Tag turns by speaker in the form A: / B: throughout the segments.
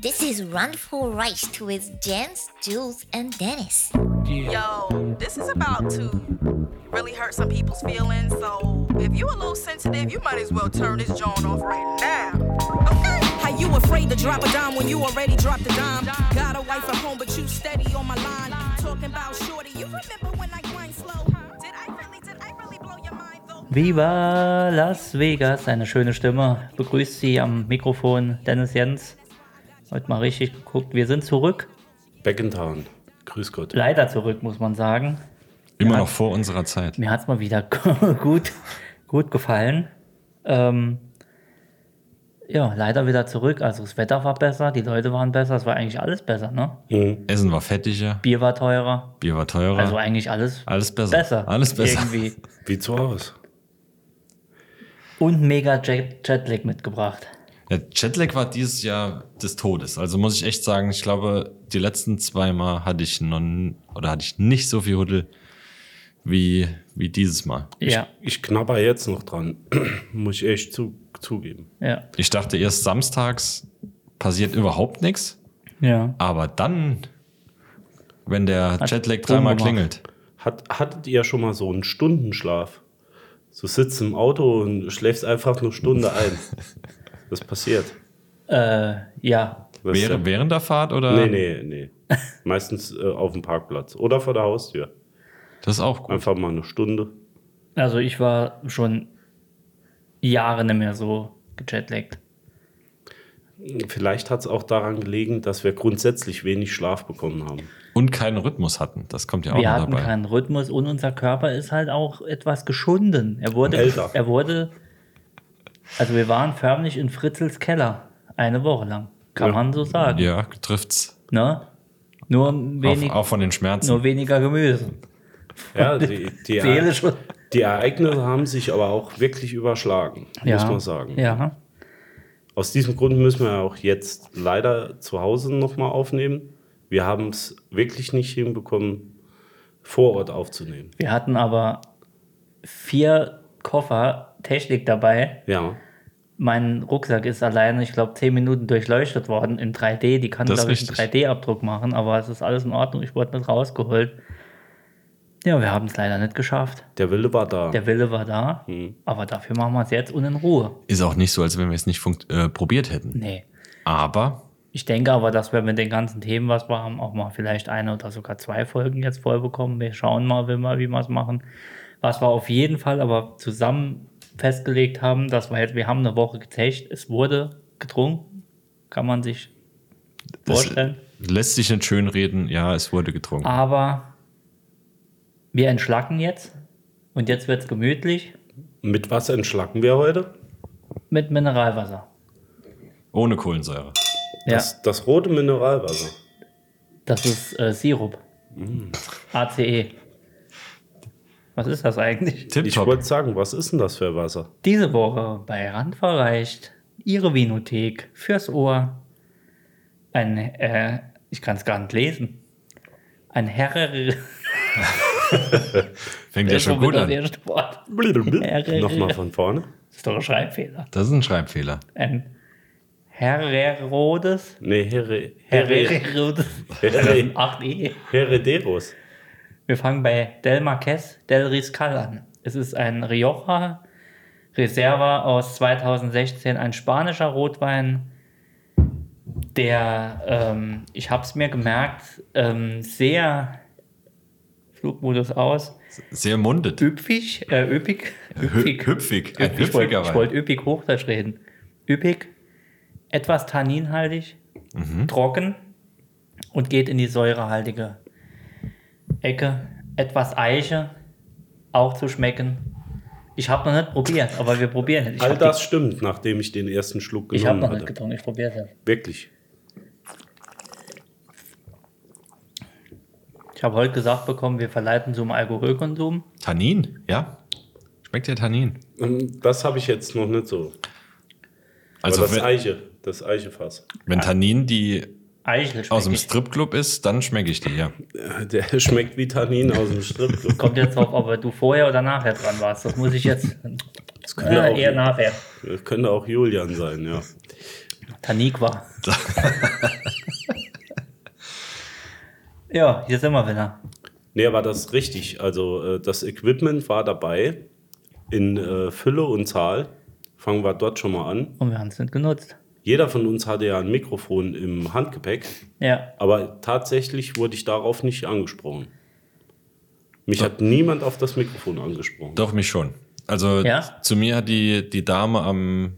A: This is Run for Rice with Jens, Jules, and Dennis.
B: Yo, this is about to really hurt some people's feelings. So if you a little sensitive, you might as well turn this joint off right now. Okay?
C: How you afraid to drop a dime when you already dropped a dime? Got a wife at home, but you steady on my line. Talking about shorty, you remember when I grind slow? Did I really, did I really blow your mind though?
D: Viva Las Vegas, eine schöne Stimme. Begrüßt Sie am Mikrofon Dennis Jens. Heute mal richtig geguckt. Wir sind zurück.
E: Back in town. Grüß Gott.
D: Leider zurück, muss man sagen.
F: Immer noch vor unserer Zeit.
D: Mir hat es mal wieder gut, gut gefallen. Ähm, ja, leider wieder zurück. Also das Wetter war besser, die Leute waren besser, es war eigentlich alles besser, ne?
F: Essen war fettiger,
D: Bier war teurer.
F: Bier war teurer.
D: Also eigentlich alles,
F: Alles besser.
D: besser.
F: Alles besser.
D: Irgendwie.
E: Wie zu Hause.
D: Und mega Jet Jetlag mitgebracht.
F: Der Jetlag war dieses Jahr des Todes. Also muss ich echt sagen, ich glaube, die letzten zwei Mal hatte ich noch, n- oder hatte ich nicht so viel Huddel wie, wie dieses Mal.
D: Ja,
E: Ich knabber jetzt noch dran. Muss ich echt zu, zugeben.
D: ja,
F: Ich dachte erst samstags passiert überhaupt nichts,
D: ja.
F: aber dann, wenn der
D: Hat
F: Jetlag
D: Boom
F: dreimal
D: gemacht.
F: klingelt,
E: Hat, hattet ihr schon mal so einen Stundenschlaf? So sitzt im Auto und schläfst einfach eine Stunde ein. Das passiert.
D: Äh, ja,
E: Das ist
F: wäre, während der Fahrt oder?
E: ja, nee, nee, nee. Meistens äh, auf dem Parkplatz oder vor der Haustür.
F: Das ist auch gut.
E: Einfach mal eine Stunde.
D: also ich war schon Jahre nicht mehr so gejetlaggt.
E: Vielleicht hat es auch daran gelegen, dass wir grundsätzlich wenig Schlaf bekommen haben.
F: Und keinen Rhythmus hatten. Das kommt ja auch
D: Wir
F: noch
D: hatten
F: dabei.
D: keinen Rhythmus und unser Körper ist halt auch etwas geschunden. Er wurde,
E: Älter.
D: er wurde, also wir waren förmlich in Fritzels Keller eine Woche lang, kann
E: Ja.
D: man so sagen.
F: ja, trifft's.
D: Ne? Nur, wenig,
F: Auch, auch von den Schmerzen.
D: nur weniger Gemüse.
E: Ja, die, die,
D: Seelisch.
E: die Ereignisse haben sich aber auch wirklich überschlagen, muss man sagen.
D: Ja,
E: Aus diesem Grund müssen wir auch jetzt leider zu Hause nochmal aufnehmen. Wir haben es wirklich nicht hinbekommen, vor Ort aufzunehmen.
D: wir hatten aber vier Koffer Technik dabei.
E: Ja,
D: Mein Rucksack ist alleine, ich glaube, 10 Minuten durchleuchtet worden in 3D. Die kann,
F: Das ist
D: glaube ich, einen
F: richtig.
D: 3D-Abdruck machen, aber es ist alles in Ordnung. Ich wurde nicht rausgeholt. Ja, wir haben es leider nicht geschafft.
E: der Wille war da.
D: Der Wille war da,
F: Mhm.
D: aber dafür machen wir es jetzt und in Ruhe.
F: Ist auch nicht so, als wenn wir es nicht funkt- äh, probiert hätten.
D: Nee.
F: Aber
D: Ich denke aber, dass wir mit den ganzen Themen, was wir haben, auch mal vielleicht eine oder sogar zwei Folgen jetzt voll bekommen. Wir schauen mal, wie wir, wie wir es machen. Was wir auf jeden Fall aber zusammen festgelegt haben, dass wir jetzt, wir haben eine Woche getecht, es wurde getrunken. Kann man sich
F: das
D: vorstellen. Ah.
F: lässt sich nicht schön reden. Ja, es wurde getrunken.
D: Aber wir entschlacken jetzt und jetzt wird es gemütlich
E: Mit was entschlacken wir heute?
D: mit Mineralwasser.
F: Ohne Kohlensäure.
D: Ja, das,
E: Das, das rote Mineralwasser.
D: ist äh, Sirup.
F: Mm.
D: ACE. Was ist das eigentlich?
E: Ich
F: Tipptopp.
E: wollte sagen, was ist denn das für Wasser?
D: Diese Woche bei Rand verreicht Ihre Vinothek fürs Ohr. Ein, äh, ich kann es gar nicht lesen. Ein Herrer.
F: Fängt ja schon gut
D: das
F: an.
D: erste Wort.
E: Nochmal von vorne.
D: Das ist doch ein Schreibfehler.
F: Das ist ein Schreibfehler.
D: Ein Herrerodes.
E: Nee, Here, Here,
D: Herrerodes. E.
E: Here,
D: 8e.
E: Herederos.
D: Wir fangen bei Del Marques Del Riscal an. Es ist ein Rioja Reserva aus 2016, ein spanischer Rotwein, der, ähm, ich habe es mir gemerkt, ähm, sehr Flugmodus aus,
F: Sehr mundet.
D: üppig, äh, üppig,
F: Hü-
D: üppig.
F: Hüpfig. Ein
D: Ich wollte
F: hüpfiger
D: ich
F: Wein.
D: wollte üppig Hochdeutsch reden. Üppig, etwas tanninhaltig,
F: Mhm.
D: trocken und geht in die säurehaltige Ecke. Etwas Eiche, auch zu schmecken. Ich habe noch nicht probiert, aber wir probieren es. Ich
E: All
D: hab
E: das stimmt, nachdem ich den ersten Schluck
D: die, ich habe
E: genommen
D: noch nicht
E: hatte.
D: getrunken, ich probiere es. jetzt.
E: Wirklich.
D: Ich habe heute gesagt bekommen, wir verleiten zum Alkoholkonsum.
F: Tannin, ja. Schmeckt ja Tannin.
E: Ähm, Das habe ich jetzt noch nicht so. Also
F: Also
E: Aber das
F: wenn,
E: Eiche, das Eichefass.
F: wenn Tannin die
D: Eichel schmeckt
F: aus dem
D: nicht.
F: Stripclub ist, dann schmecke ich die, ja.
E: Der schmeckt wie Tannin aus dem Stripclub.
D: Kommt jetzt drauf, ob du vorher oder nachher dran warst. Das muss ich jetzt
E: Das könnte,
D: äh, eher
E: auch,
D: nachher.
E: das könnte auch Julian sein, ja.
D: Taniqua. Ja, hier sind wir wieder.
E: Nee, aber das ist richtig. Also äh, das Equipment war dabei in äh, Fülle und Zahl. Fangen wir dort schon mal an.
D: Und wir haben es nicht genutzt.
E: Jeder von uns hatte ja ein Mikrofon im Handgepäck,
D: Ja.
E: aber tatsächlich wurde ich darauf nicht angesprochen. Mich
F: Ah.
E: hat niemand auf das Mikrofon angesprochen.
F: Doch, mich schon. Also
D: Ja?
F: zu mir hat die, die Dame am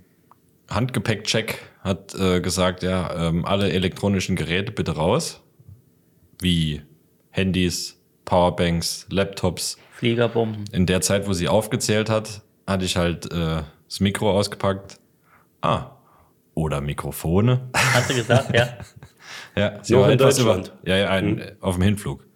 F: Handgepäckcheck hat äh, gesagt, ja, ähm, alle elektronischen Geräte bitte raus. Wie Handys, Powerbanks, Laptops.
D: Fliegerbomben.
F: In der Zeit, wo sie aufgezählt hat, hatte ich halt äh, das Mikro ausgepackt. Ah, oder Mikrofone.
D: Hast du gesagt, ja?
F: Ja, sie
E: Noch
F: war
E: in
F: etwas über,
E: Deutschland? Hm.
F: ja, ja, ein, auf dem Hinflug.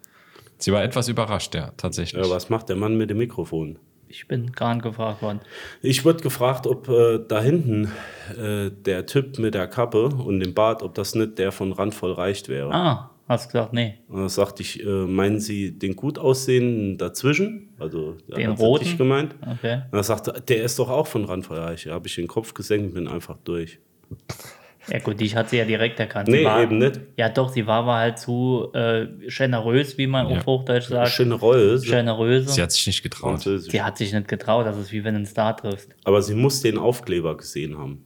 F: Sie war etwas überrascht, ja, tatsächlich.
E: Ja, was macht der Mann mit dem Mikrofon?
D: Ich bin gerade gefragt worden.
E: Ich wurde gefragt, ob äh, da hinten äh, der Typ mit der Kappe und dem Bart, ob das nicht der von Randvoll reicht wäre.
D: Ah, hast gesagt, nee.
E: Und da sagte ich, äh, meinen Sie den gut aussehenden dazwischen? Also der
D: Den
E: hat's
D: roten?
E: nicht gemeint.
D: Okay.
E: Und er sagte, der ist doch auch von Randverreich. Da habe ich den Kopf gesenkt und bin einfach durch.
D: Ja gut, dich hat sie ja direkt erkannt.
E: Nee,
D: sie war,
E: eben nicht.
D: Ja doch, sie war aber halt zu äh, generös, wie man auf Hochdeutsch sagt.
E: Schöne Rolle. so
D: Generöse.
F: Sie hat sich nicht getraut.
E: Französisch.
D: Die hat sich nicht getraut, das ist wie wenn du einen Star triffst.
E: Aber sie muss den Aufkleber gesehen haben.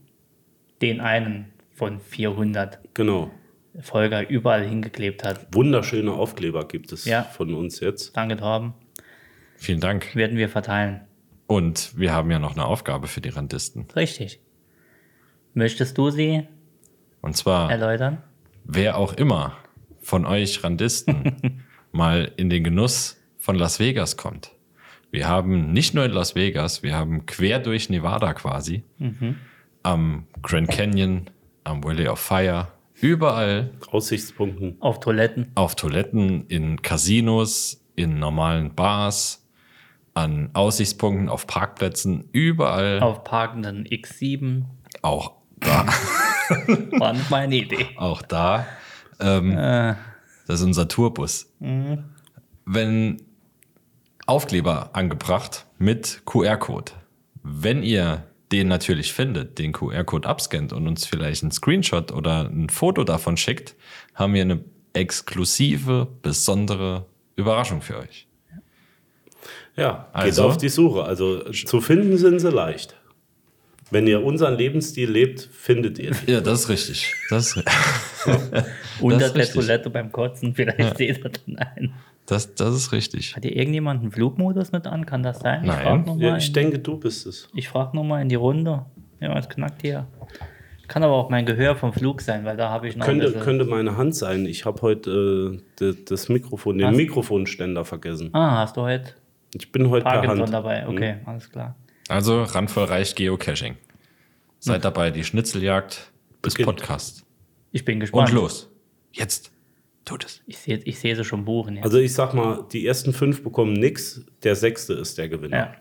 D: Den einen von 400
E: Genau.
D: Folger überall hingeklebt hat.
E: Wunderschöne Aufkleber gibt es
D: Ja.
E: von uns jetzt.
D: Danke, Torben.
F: Vielen Dank.
D: Werden wir verteilen.
F: Und wir haben ja noch eine Aufgabe für die Randisten.
D: Richtig. Möchtest du sie
F: Und zwar,
D: erläutern?
F: wer auch immer von euch Randisten mal in den Genuss von Las Vegas kommt. Wir haben nicht nur in Las Vegas, wir haben quer durch Nevada quasi, am Grand Canyon, am Valley of Fire, überall
E: Aussichtspunkten.
D: Auf Toiletten.
F: auf Toiletten, in Casinos, in normalen Bars, an Aussichtspunkten, auf Parkplätzen, überall
D: Auf parkenden X7.
F: auch da.
D: War nicht meine Idee.
F: auch da. Ähm, Das ist unser Tourbus. Wenn Aufkleber angebracht mit QR-Code. Wenn ihr den natürlich findet, den QR-Code abscannt und uns vielleicht einen Screenshot oder ein Foto davon schickt, haben wir eine exklusive, besondere Überraschung für euch.
E: Ja,
F: Also?
E: geht auf die Suche. Also äh, zu finden sind sie leicht. Wenn ihr unseren Lebensstil lebt, findet ihr die.
F: Ja, das ist richtig. Das,
D: Unter
F: ist
D: der
F: richtig.
D: Toilette beim Kotzen. Vielleicht seht ihr dann einen.
F: das, das ist richtig.
D: Hat hier irgendjemand einen Flugmodus mit an? Kann das sein?
F: Nein.
E: Ja,
D: Ich frage
E: ich denke, du bist es.
D: nochmal frag noch mal in die Runde. Ja, es knackt hier. Kann aber auch mein Gehör vom Flug sein, weil da habe ich noch ein
E: Könnte,
D: bisschen-
E: könnte meine Hand sein. Ich habe heute äh, de- das Mikrofon, den
D: Was?
E: Mikrofonständer vergessen.
D: Ah, hast du heute
E: Ich bin heute per
D: Parkinson
E: Hand.
D: dabei?
E: Hm.
D: Okay, alles klar.
F: Also randvoll reicht Geocaching. Seid dabei, die Schnitzeljagd des
E: Beginnt.
F: Podcasts.
D: Ich bin
F: Und
D: gespannt.
F: los. Jetzt. Tut es.
D: Ich sehe ich seh sie schon buchen. Ja.
E: Also ich sag mal, die ersten fünf bekommen nichts, der sechste ist der Gewinner.
D: ja.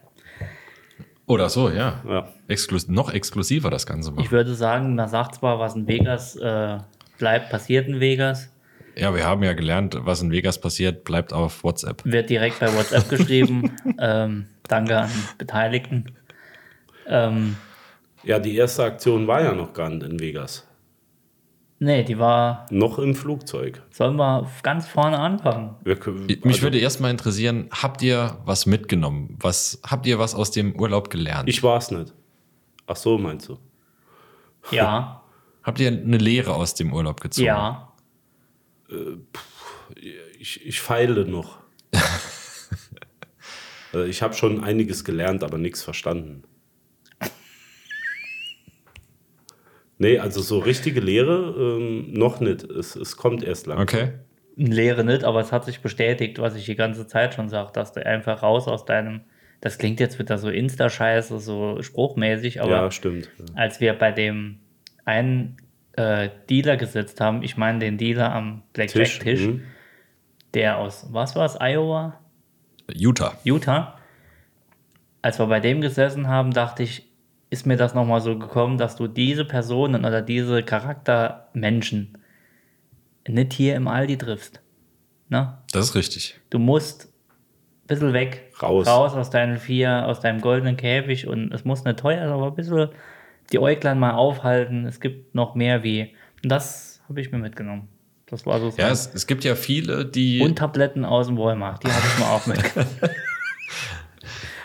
F: Oder so, ja.
E: Ja.
F: Exklus noch exklusiver das Ganze
D: Ich
F: machen.
D: würde sagen, man sagt zwar, was in Vegas äh, bleibt, passiert in Vegas.
F: Ja, wir haben ja gelernt, was in Vegas passiert, bleibt auf WhatsApp.
D: Wird direkt bei WhatsApp geschrieben. ähm, danke an die Beteiligten. Ähm,
E: Ja, die erste Aktion war ja noch gar nicht in Vegas.
D: nee, die war.
E: Noch im Flugzeug.
D: Sollen wir ganz vorne anfangen?
E: Wir, können-
F: Mich
E: also,
F: würde erstmal interessieren, habt ihr was mitgenommen? Was habt ihr was aus dem Urlaub gelernt?
E: ich war es nicht. Ach so, meinst du?
D: Ja,
F: habt ihr eine Lehre aus dem Urlaub gezogen?
D: ja.
E: Ich, ich feile noch. Also ich habe schon einiges gelernt, aber nichts verstanden. Nee, also so richtige Lehre ähm, noch nicht. Es, es kommt erst lang.
F: Okay.
D: Eine Lehre nicht, aber es hat sich bestätigt, was ich die ganze Zeit schon sage, dass du einfach raus aus deinem. Das klingt jetzt wieder so Insta-Scheiße, so spruchmäßig, aber
E: Ja, stimmt.
D: als wir bei dem einen äh, Dealer gesetzt haben, ich meine den Dealer am
E: Tisch.
D: Blackjack-Tisch,
E: mhm.
D: der aus, was war es, Iowa,
F: Utah.
D: Utah, als wir bei dem gesessen haben, dachte ich, ist mir das nochmal so gekommen, dass du diese Personen oder diese Charaktermenschen nicht hier im Aldi triffst. Ne?
F: Das ist richtig.
D: Du musst ein bisschen weg,
E: Raus.
D: raus aus deinen vier, aus deinem goldenen Käfig und es muss nicht teuer, sein, aber ein bisschen die Äuglein mal aufhalten. Es gibt noch mehr wie. Und das habe ich mir mitgenommen. Das war so.
F: Ja,
D: sein.
F: es, es gibt ja viele, die.
D: Und Tabletten aus dem Walmart, die habe ich mal auch mit.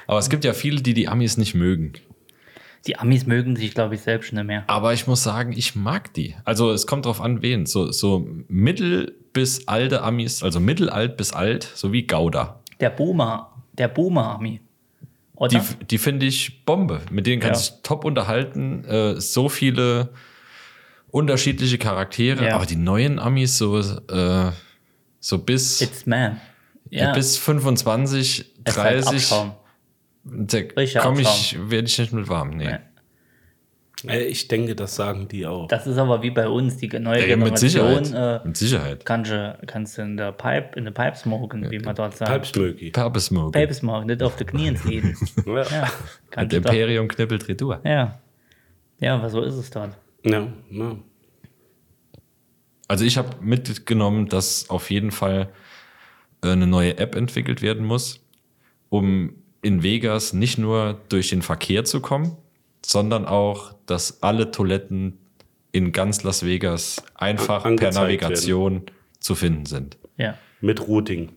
F: Aber es gibt ja viele, die die Amis nicht mögen.
D: Die Amis mögen sich, glaube ich, selbst nicht mehr.
F: Aber ich muss sagen, ich mag die. Also es kommt drauf an, wen. So, so mittel bis alte Amis, also mittelalt bis alt, so wie Gouda.
D: Der Boomer, der Boomer-Ami.
F: Die,
D: Oder?
F: die finde ich Bombe. Mit denen kannst du
D: Ja.
F: dich top unterhalten. Äh, so viele unterschiedliche Charaktere.
D: Ja.
F: Aber die neuen Amis, so, äh, so bis,
D: It's man.
F: ja, bis 25,
D: Es ist halt
F: 30,
D: Abschaum.
F: da
D: Richtiger
F: komm ich,
D: Abschaum.
F: werde ich nicht mit warm. Nee.
D: Nee.
E: Äh, ich denke, das sagen die auch.
D: Das ist aber wie bei uns, die neue
F: Ja, mit
D: Generation.
F: Sicherheit.
D: äh,
F: mit Sicherheit.
D: kannst, du, kannst du in der Pipe, in der Pipe smoken, wie man dort sagt. Pipe,
E: Halbsmöglich.
F: Purpose-Mode.
D: smoken, nicht auf die Knien liegen.
E: Ja.
D: ja, kannst
F: Mit
D: du doch.
F: Imperium knippelt Retour.
D: Ja. Ja, aber so ist es dort.
E: Ja, ja.
F: Also ich habe mitgenommen, dass auf jeden Fall äh, eine neue App entwickelt werden muss, um in Vegas nicht nur durch den Verkehr zu kommen, sondern auch, dass alle Toiletten in ganz Las Vegas einfach
E: An-
F: per
E: angezeigt
F: Navigation zu finden sind.
D: Ja.
E: Mit Routing.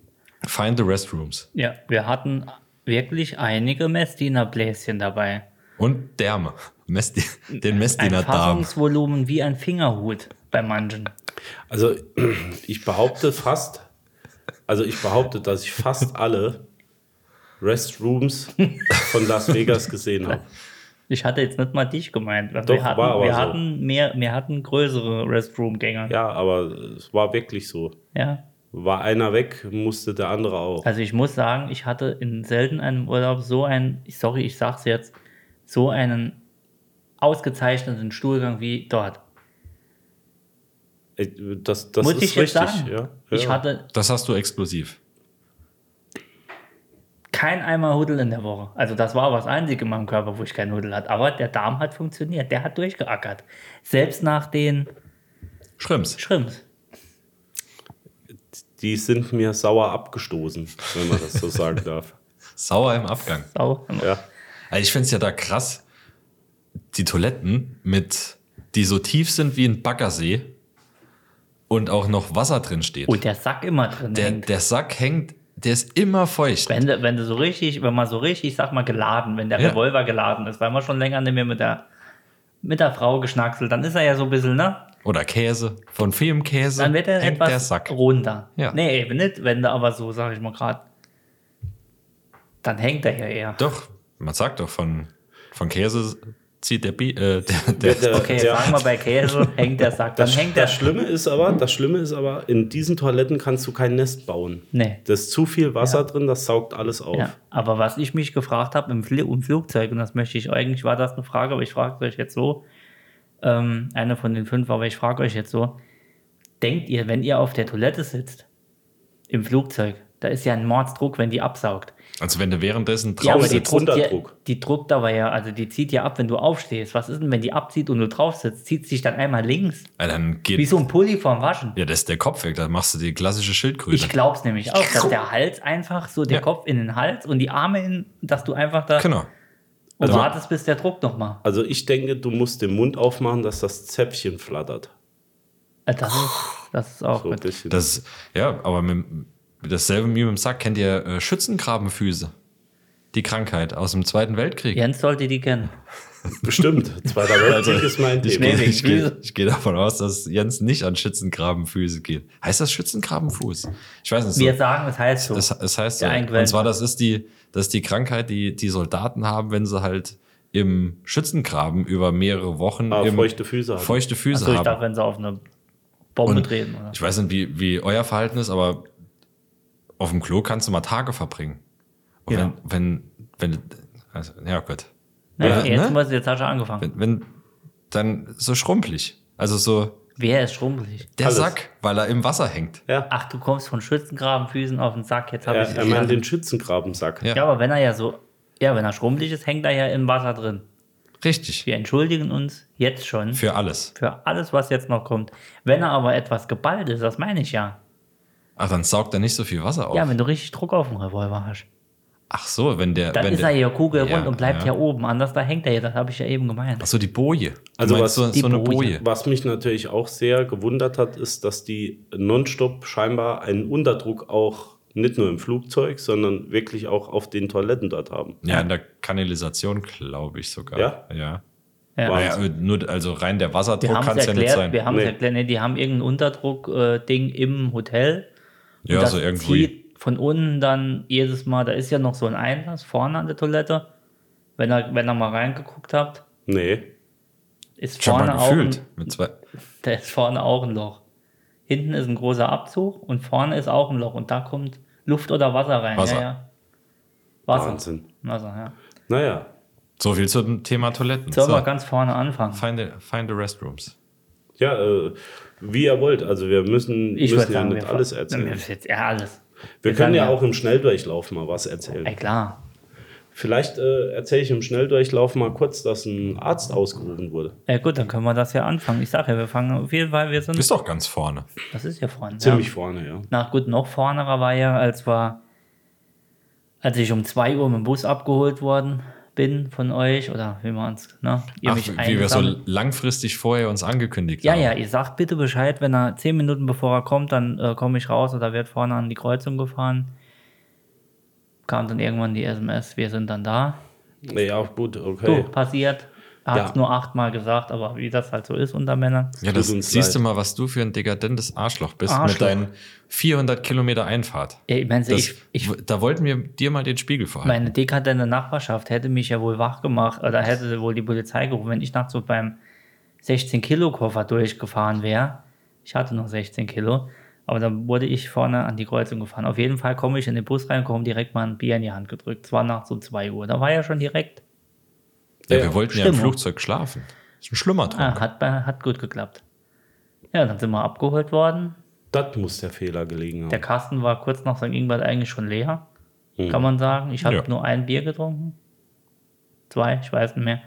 F: Find the restrooms
D: Ja, wir hatten wirklich einige Messdienerbläschen dabei.
F: und Därme. Messdi den
D: Ein
F: Messdiener-Darm.
D: Fassungsvolumen wie ein Fingerhut bei manchen.
E: Also ich behaupte fast, also ich behaupte, dass ich fast alle Restrooms von Las Vegas gesehen habe.
D: Ich hatte jetzt nicht mal dich gemeint. Also
E: Doch,
D: wir hatten,
E: war aber
D: wir
E: so.
D: hatten mehr, wir hatten größere Restroom-Gänge.
E: Ja, aber es war wirklich so.
D: ja.
E: War einer weg, musste der andere auch.
D: Also ich muss sagen, ich hatte in selten einem Urlaub so einen, sorry, ich sag's jetzt, so einen ausgezeichneten Stuhlgang wie dort.
E: Äh, Das, das
D: muss
E: ist
D: ich
E: richtig.
D: jetzt sagen?
E: Ja,
D: Ich
E: ja.
D: hatte
F: Das hast du exklusiv.
D: kein einmal Huddel in der Woche. Also das war was Einzige in meinem Körper, wo ich keinen Huddel hatte. Aber der Darm hat funktioniert, der hat durchgeackert. Selbst nach den
F: Schrimps.
D: Schrimps.
E: Die sind mir sauer abgestoßen, wenn man das so sagen darf.
F: Sauer im Abgang.
D: Sau.
E: Ja.
F: Also ich finde es ja da krass, die Toiletten mit, die so tief sind wie ein Baggersee und auch noch Wasser drin steht.
D: Und der Sack immer drin
F: der,
D: Oh, hängt.
F: der Sack hängt, der ist immer feucht.
D: Wenn, du- wenn du so richtig, wenn man so richtig, sag mal, geladen, wenn der
F: Ja.
D: Revolver geladen ist, weil man schon länger nicht mehr mit der, mit der Frau geschnackselt, dann ist er ja so ein bisschen, ne?
F: Oder Käse, von vielem Käse
D: Dann wird er
F: hängt
D: etwas
F: der Sack.
D: runter.
F: Ja.
D: Nee, eben nicht, wenn du aber so, sag ich mal gerade, dann hängt er ja eher.
F: Doch, man sagt doch, von, von Käse zieht der, Bi äh, der, der,
E: Wird der-
D: Okay,
E: der-
D: sagen wir bei Käse, hängt der Sack, dann
E: Das,
D: hängt der
E: das Schlimme ist aber, das Schlimme ist aber, in diesen Toiletten kannst du kein Nest bauen.
D: Nee.
E: Da ist zu viel Wasser drin, das saugt alles auf.
D: Ja, aber was ich mich gefragt habe im, Fli im Flugzeug, und das möchte ich eigentlich, war das eine Frage, aber ich frage euch jetzt so, ähm, eine von den fünf, aber ich frage euch jetzt so, denkt ihr, wenn ihr auf der Toilette sitzt, im Flugzeug, da ist ja ein Mordsdruck, wenn die absaugt.
F: Also wenn du währenddessen
D: Ja, aber
F: draußen
D: die
E: sitzt,
D: druckt, ja,
E: Unterdruck.
D: die druckt aber ja, also die zieht ja ab, wenn du aufstehst. Was ist denn, wenn die abzieht und du drauf sitzt? Zieht sich dann einmal links?
F: ja, dann geht.
D: Wie so ein Pulli vorm Waschen.
F: Ja, das ist der Kopf weg, dann machst du die klassische Schildkröte.
D: Ich glaub's nämlich auch, dass der Hals einfach so, der
F: Ja.
D: Kopf in den Hals und die Arme in, dass du einfach da
F: Genau.
D: und
E: Also-
D: wartest, bis der Druck nochmal.
E: Also ich denke, du musst den Mund aufmachen, dass das Zäpfchen flattert.
D: Äh, Das ist, das ist auch
E: So ein
D: gut.
E: bisschen.
F: Das, ja, aber mit, dasselbe wie mit dem Sack kennt ihr äh, Schützengrabenfüße. Die Krankheit aus dem Zweiten Weltkrieg.
D: Jens sollte die kennen.
E: Bestimmt. Zweiter Weltkrieg ist mein
F: Ich,
E: Thema.
F: gehe-
D: wegen
F: ich, gehe,
D: Füße.
F: ich gehe davon aus, dass Jens nicht an Schützengrabenfüße geht. Heißt das Schützengrabenfuß? Ich weiß nicht. So.
D: Wir sagen, es heißt so.
F: es, es heißt so.
D: Der Einquellen-
F: Und zwar, das ist die, das ist die Krankheit, die die Soldaten haben, wenn sie halt im Schützengraben über mehrere Wochen
E: Ah,
F: im,
E: feuchte Füße haben.
F: feuchte Füße
D: so, ich darf,
F: haben.
D: wenn sie auf eine Bombe
F: Und
D: treten. Oder?
F: Ich weiß nicht, wie, wie euer Verhalten ist, aber auf dem Klo kannst du mal Tage verbringen. Und
D: Ja.
F: wenn, wenn, wenn, also, ja Gott.
D: Ja,
F: Äh,
D: jetzt,
F: ne?
D: muss, jetzt hast du angefangen.
F: Wenn, wenn, dann so schrumpelig. Also so
D: Wer ist schrumpelig?
F: der
E: Alles.
F: Sack, weil er im Wasser hängt.
E: Ja,
D: Ach, du kommst von Schützengrabenfüßen auf den Sack. Jetzt habe
E: er,
D: ich
E: er meint den Schützengrabensack.
F: Ja.
D: Ja, aber wenn er ja so, ja, wenn er schrumpelig ist, hängt er ja im Wasser drin.
F: Richtig.
D: Wir entschuldigen uns jetzt schon
F: Für alles.
D: für alles, was jetzt noch kommt. Wenn er aber etwas geballt ist, das meine ich ja.
F: Ach, dann saugt er nicht so viel Wasser auf.
D: Ja, wenn du richtig Druck auf den Revolver hast.
F: Ach so, wenn der.
D: Dann
F: wenn
D: ist
F: der,
D: er hier kugelrund
F: Ja,
D: und bleibt
F: ja.
D: ja. oben. Anders da hängt er ja, das habe ich ja eben gemeint.
F: Ach so, die Boje. Du
E: Also
F: meinst
E: was-
F: so,
D: Die
F: so eine
D: Boje.
F: Boje.
E: Was mich natürlich auch sehr gewundert hat, ist, dass die nonstop scheinbar einen Unterdruck auch nicht nur im Flugzeug, sondern wirklich auch auf den Toiletten dort haben.
F: Ja, in der Kanalisation, glaube ich sogar.
E: Ja?
F: Ja.
D: Ja.
E: Wow.
F: ja nur, also rein der
D: Wir
F: Wasserdruck
D: haben
F: kann
D: es
F: es ja nicht
D: erklärt,
F: sein.
D: wir haben es
E: Nee.
D: erklärt, nee, die haben irgendein Unterdruck-Ding im Hotel. Und
F: ja,
D: das
F: so irgendwie.
D: zieht von unten dann jedes Mal, da ist ja noch so ein Einlass vorne an der Toilette. Wenn ihr, wenn ihr mal reingeguckt habt,
E: Nee.
D: ist
F: Schon mal
D: vorne auch ein,
F: gefühlt. Mit zwei,
D: da ist vorne auch ein Loch. Hinten ist ein großer Abzug und vorne ist auch ein Loch und da kommt Luft oder Wasser rein.
F: Wasser.
D: Ja, ja. Wasser.
E: Wahnsinn.
D: Wasser, ja.
E: Naja.
F: so viel zum Thema Toiletten.
D: Sollen
F: So,
D: wir ganz vorne anfangen?
F: find, the, find the restrooms.
E: Ja, äh, wie ihr wollt. Also wir müssen,
D: Ich
E: müssen
D: würde
E: ja
D: sagen,
E: nicht
D: wir
E: alles
D: fangen-
E: erzählen.
D: Wir, jetzt, ja, alles.
E: Wir
D: sagen
E: können ja auch im Schnelldurchlauf mal was erzählen.
D: Ey, klar.
E: Vielleicht äh, erzähle ich im Schnelldurchlauf mal kurz, dass ein Arzt ausgerufen wurde.
D: Ja, gut, dann können wir das ja anfangen. Ich sag ja, wir fangen auf jeden Fall, wir sind.
F: Ist doch ganz vorne.
D: das ist ja vorne.
E: Ziemlich
D: ja.
E: vorne, ja.
D: Na gut, noch vornerer war ja, als war, als ich um 2 Uhr mit dem Bus abgeholt worden bin von euch oder wie man es, ne? Ihr
F: Ach,
D: mich
F: wie wir so
D: eingesammelt-
F: langfristig vorher uns angekündigt
D: Ja,
F: haben.
D: ja, ihr sagt bitte Bescheid, wenn er zehn Minuten bevor er kommt, dann äh, komme ich raus oder wird vorne an die Kreuzung gefahren. Kam dann irgendwann die SMS, wir sind dann da.
E: Ja, gut, okay.
D: Du, passiert. Er hat es
E: Ja.
D: nur achtmal gesagt, aber wie das halt so ist unter Männern.
F: Ja, das
E: Tut uns
F: siehst du
E: leid.
F: mal, was du für ein dekadentes Arschloch bist mit
D: Arschloch.
F: deinen 400 Kilometer Einfahrt.
D: Ja, Ich meine,
F: Das,
D: ich, ich,
F: da wollten wir dir mal den Spiegel vorhalten.
D: meine dekadente Nachbarschaft hätte mich ja wohl wach gemacht oder hätte wohl die Polizei gerufen, wenn ich nachts so beim 16-Kilo-Koffer durchgefahren wäre. Ich hatte noch 16 Kilo, aber dann wurde ich vorne an die Kreuzung gefahren. Auf jeden Fall komme ich in den Bus rein, komme direkt mal ein Bier in die Hand gedrückt. Es war nachts um 2 Uhr. Da war ja schon direkt.
F: ja, wir wollten ja im
D: Stimmung.
F: Flugzeug schlafen. Ist ein schlimmer Traum.
D: Ah, hat, bei- hat gut geklappt. Ja, dann sind wir abgeholt worden.
E: Das muss der Fehler gelegen haben.
D: Der Kasten war kurz nach St. Ingbert eigentlich schon leer,
E: Hm.
D: kann man sagen. Ich habe
F: Ja.
D: nur ein Bier getrunken. Zwei, ich weiß nicht mehr.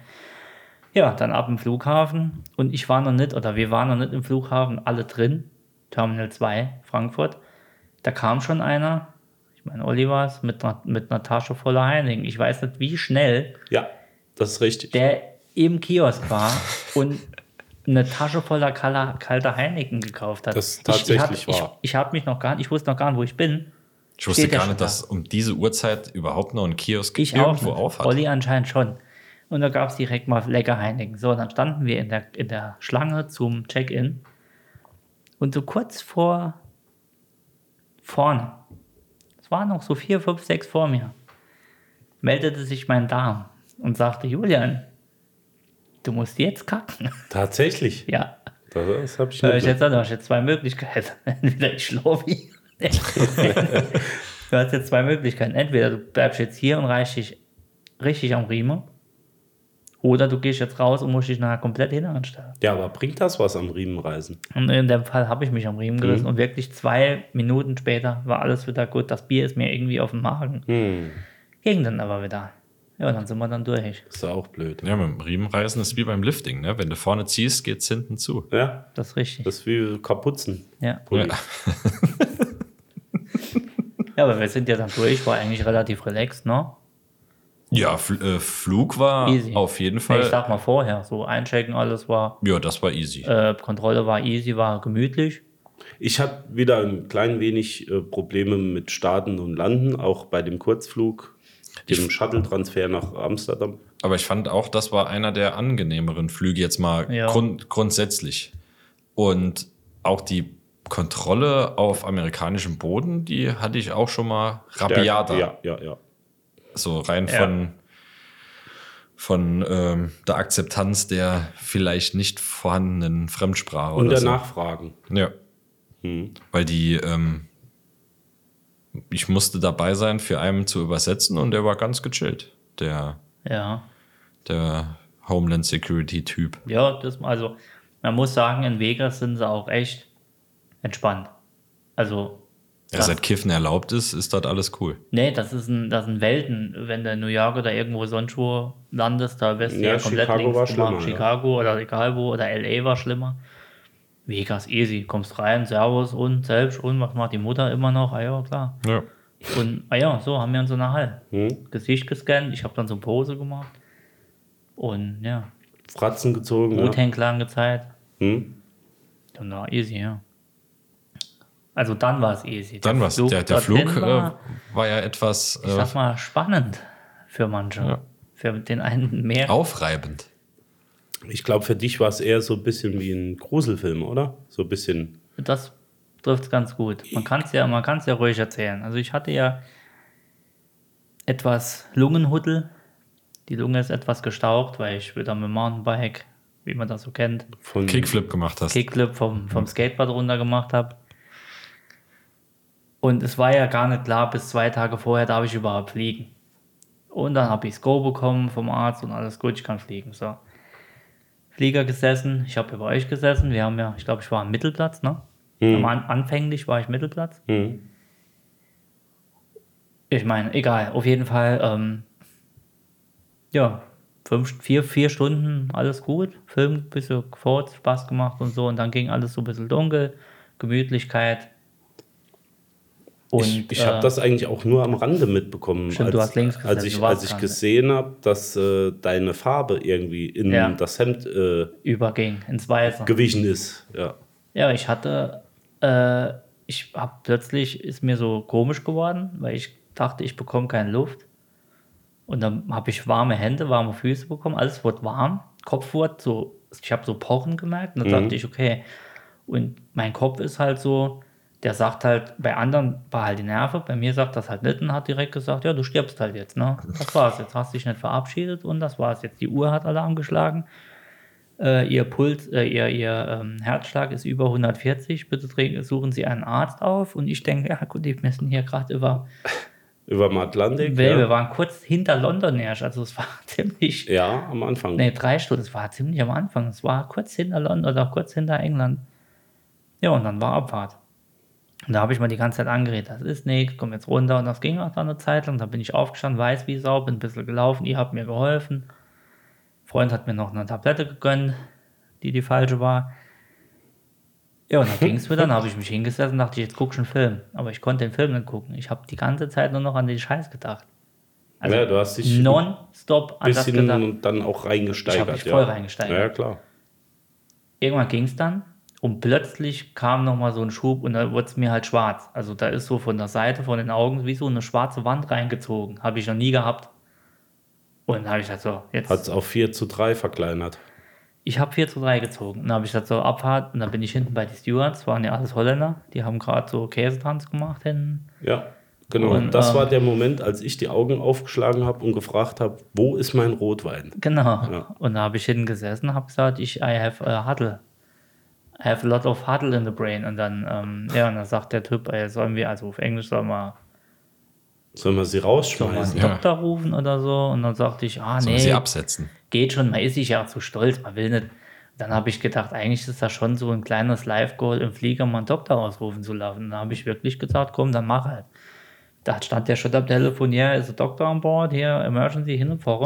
D: Ja, dann ab im Flughafen. Und ich war noch nicht, oder wir waren noch nicht im Flughafen, alle drin. Terminal 2, Frankfurt. Da kam schon einer, ich meine Olivers, mit, einer- mit einer Tasche voller Heineken. Ich weiß nicht, wie schnell
E: ja, das ist richtig.
D: der im Kiosk war und eine Tasche voller kala- kalter Heineken gekauft hat.
E: Das
D: ich,
E: tatsächlich
D: ich hab,
E: wahr.
D: Ich, ich habe mich noch gar nicht, ich wusste noch gar nicht, wo ich bin.
F: ich wusste
D: steht ja
F: gar
D: schon
F: nicht,
D: da.
F: dass um diese Uhrzeit überhaupt noch ein Kiosk
D: Ich
F: irgendwo
D: auch.
F: auf hat.
D: Olli anscheinend schon. Und da gab es direkt mal lecker Heineken. So, dann standen wir in der, in der Schlange zum Check-in. Und so kurz vor vorne, es waren noch so vier, fünf, sechs vor mir, meldete sich mein Darm und sagte, Julian, du musst jetzt kacken.
E: Tatsächlich.
D: Ja,
E: Das, das habe Äh, ich
D: Da hab Äh, ich
E: nicht.
D: jetzt, da hab ich jetzt zwei Möglichkeiten. Entweder ich schlafe hier. du hast jetzt zwei Möglichkeiten. Entweder du bleibst jetzt hier und reichst dich richtig am Riemen. Oder du gehst jetzt raus und musst dich nachher komplett hin anstellen.
E: Ja, aber bringt das was am Riemenreisen?
D: Und in dem Fall habe ich mich am Riemen gerissen. Und wirklich zwei Minuten später war alles wieder gut. Das Bier ist mir irgendwie auf dem Magen. Ging dann aber wieder. Ja, dann sind wir dann durch.
E: Ist ja auch blöd.
F: Ja, mit dem Riemenreißen ist wie beim Lifting, ne? Wenn du vorne ziehst, geht's hinten zu.
E: Ja,
D: Das ist richtig.
E: das ist wie Kapuzen.
D: ja.
E: Pulli.
F: Ja.
D: ja, aber wir sind ja dann durch. War eigentlich relativ relaxed, ne?
F: Ja, Fl äh, Flug war
D: Easy.
F: auf jeden
D: Nee, ich
F: Fall.
D: sag mal vorher, so einchecken, alles war,
F: ja, das war easy.
D: äh, Kontrolle war easy, war gemütlich.
E: Ich habe wieder ein klein wenig äh, Probleme mit Starten und Landen, auch bei dem Kurzflug, dem Shuttle-Transfer nach Amsterdam.
F: Aber ich fand auch, das war einer der angenehmeren Flüge jetzt mal
D: Ja.
F: grund grundsätzlich. Und auch die Kontrolle auf amerikanischem Boden, die hatte ich auch schon mal
E: Der-
F: rabiata.
E: Ja, ja, ja.
F: So rein von, von ähm, der Akzeptanz der vielleicht nicht vorhandenen Fremdsprache
E: Und Hm.
F: oder
E: der
F: so.
E: Nachfragen.
F: Ja. Weil die, ähm, ich musste dabei sein, für einen zu übersetzen und der war ganz gechillt, der,
D: Ja,
F: der Homeland Security Typ.
D: ja, das, also man muss sagen, in Vegas sind sie auch echt entspannt. Also,
F: Ja,
D: Ja.
F: seit Kiffen erlaubt ist, ist das alles cool.
D: nee, das ist ein, das sind Welten. Wenn du in New York oder irgendwo sonst wo landest, da wirst du
E: Ja,
D: ja, komplett
E: Chicago war
D: links gemacht.
E: schlimmer, ja.
D: Chicago oder egal wo oder LA war schlimmer. Vegas easy, kommst rein, Servus und selbst und was macht die Mutter immer noch? Ah ja, klar.
F: Ja.
D: Und ah ja, so haben wir uns in der Hall
E: Hm.
D: Gesicht gescannt. Ich habe dann so eine Pose gemacht. Und ja,
E: Fratzen gezogen. ne? Ja.
D: Rothändler angezeigt.
E: Hm?
D: Dann war easy, ja. Also dann war es easy.
F: Dann was? Der, der
D: dorthin
F: Flug äh,
D: war,
F: war ja etwas
D: ich
F: äh,
D: sag mal, spannend für manche.
F: Ja.
D: Für den einen mehr.
F: aufreibend.
E: Ich glaube, für dich war es eher so ein bisschen wie ein Gruselfilm, oder? So ein bisschen.
D: Das trifft es ganz gut. Man kann es ja, man kann's ja ruhig erzählen. Also ich hatte ja etwas Lungenhuddel. Die Lunge ist etwas gestaucht, weil ich wieder mit dem Mountainbike, wie man das so kennt,
E: Von
F: Kickflip gemacht hast.
D: Kickflip vom, vom Skateboard runter gemacht habe. Und es war ja gar nicht klar, bis zwei Tage vorher darf ich überhaupt fliegen. Und dann habe ich das Go bekommen vom Arzt und alles gut, ich kann fliegen. So. Flieger gesessen, ich habe über euch gesessen. Wir haben ja, ich glaube, ich war am Mittelplatz, ne? Am An anfänglich war ich Mittelplatz.
E: Hm.
D: Ich meine, egal, auf jeden Fall, ähm, ja, fünf, vier, vier Stunden, alles gut. Film, ein bisschen gefurzt, Spaß gemacht und so. Und dann ging alles so ein bisschen dunkel, Gemütlichkeit. Und
E: ich ich habe
D: äh,
E: das eigentlich auch nur am Rande mitbekommen,
D: Stimmt, du hast links gesessen,
E: als ich,
D: du warst
E: als ich
D: dran.
E: gesehen habe, dass äh, deine Farbe irgendwie in
D: Ja.
E: das Hemd äh,
D: überging ins Weiße.
E: gewichen ist. Ja.
D: Ja, ich hatte, äh, ich hab plötzlich ist mir so komisch geworden, weil ich dachte, ich bekomme keine Luft. Und dann habe ich warme Hände, warme Füße bekommen, alles wurde warm, Kopf wurde so, ich habe so Pochen gemerkt und dann dachte ich, okay. Und mein Kopf ist halt so, der sagt halt, bei anderen war halt die Nerve, bei mir sagt das halt nicht und hat direkt gesagt, ja, du stirbst halt jetzt, ne? Das war's, jetzt hast dich nicht verabschiedet und das war's jetzt. Die Uhr hat Alarm geschlagen äh, ihr Puls, äh, ihr, ihr ähm, Herzschlag ist über 140, bitte trinken- suchen Sie einen Arzt auf. Und ich denke, ja gut, die messen hier gerade über,
E: Über dem Atlantik.
D: Well, wir
E: Ja.
D: waren kurz hinter London erst, also es war ziemlich,
E: ja, am Anfang.
D: nee, drei Stunden, es war ziemlich am Anfang, es war kurz hinter London oder kurz hinter England. Ja, und dann war Abfahrt. Und da habe ich mir die ganze Zeit angeredet, das ist nichts, komm jetzt runter. Und das ging auch dann eine Zeit lang. Da bin ich aufgestanden, weiß wie Sau, bin ein bisschen gelaufen, ihr habt mir geholfen. Freund hat mir noch eine Tablette gegönnt, die die falsche war. Ja, und dann ging es wieder, dann habe ich mich hingesetzt und dachte, jetzt guck schon einen Film. Aber ich konnte den Film nicht gucken. Ich habe die ganze Zeit nur noch an den Scheiß gedacht. Also
E: Ja, du hast dich
D: nonstop an das
E: bisschen
D: gedacht.
E: und dann auch
D: Ich
E: reingesteigert.
D: hab mich
E: ja.
D: voll reingesteigert.
E: Ja, klar.
D: irgendwann ging es dann und plötzlich kam nochmal so ein Schub und da wurde es mir halt schwarz. Also da ist so von der Seite, von den Augen, wie so eine schwarze Wand reingezogen. Habe ich noch nie gehabt. Und dann habe ich gesagt, so, jetzt.
E: Hat es auf 4 zu 3 verkleinert.
D: ich habe 4 zu 3 gezogen. Und dann habe ich gesagt, so, Abfahrt. Und dann bin ich hinten bei den Stewards, waren ja alles Holländer. Die haben gerade so Käsetanz gemacht hinten.
E: Ja, genau.
D: Und,
E: das
D: ähm,
E: war der Moment, als ich die Augen aufgeschlagen habe und gefragt habe, wo ist mein Rotwein?
D: Genau.
E: Ja.
D: Und da habe ich hinten gesessen, habe gesagt, ich, I have a huddle. I have a lot of huddle in the brain. Und dann, ähm, ja, und dann sagt der Typ, ey, sollen wir, also auf Englisch sollen wir
E: Sollen wir sie
D: Doch mal einen
E: rausschmeißen?
F: Ja.
D: Doktor rufen oder so. Und dann sagte ich, ah
F: Sollen
D: nee,
F: wir sie absetzen?
D: geht schon, man ist sich ja zu stolz, man will nicht. Dann habe ich gedacht, eigentlich ist das schon so ein kleines Live-Goal im Flieger, mal einen Doktor ausrufen zu lassen. Und dann habe ich wirklich gesagt, komm, dann mach halt. Da stand der schon am Telefon, ja, ist ein Doktor an Bord, hier, Emergency, hin und vorne.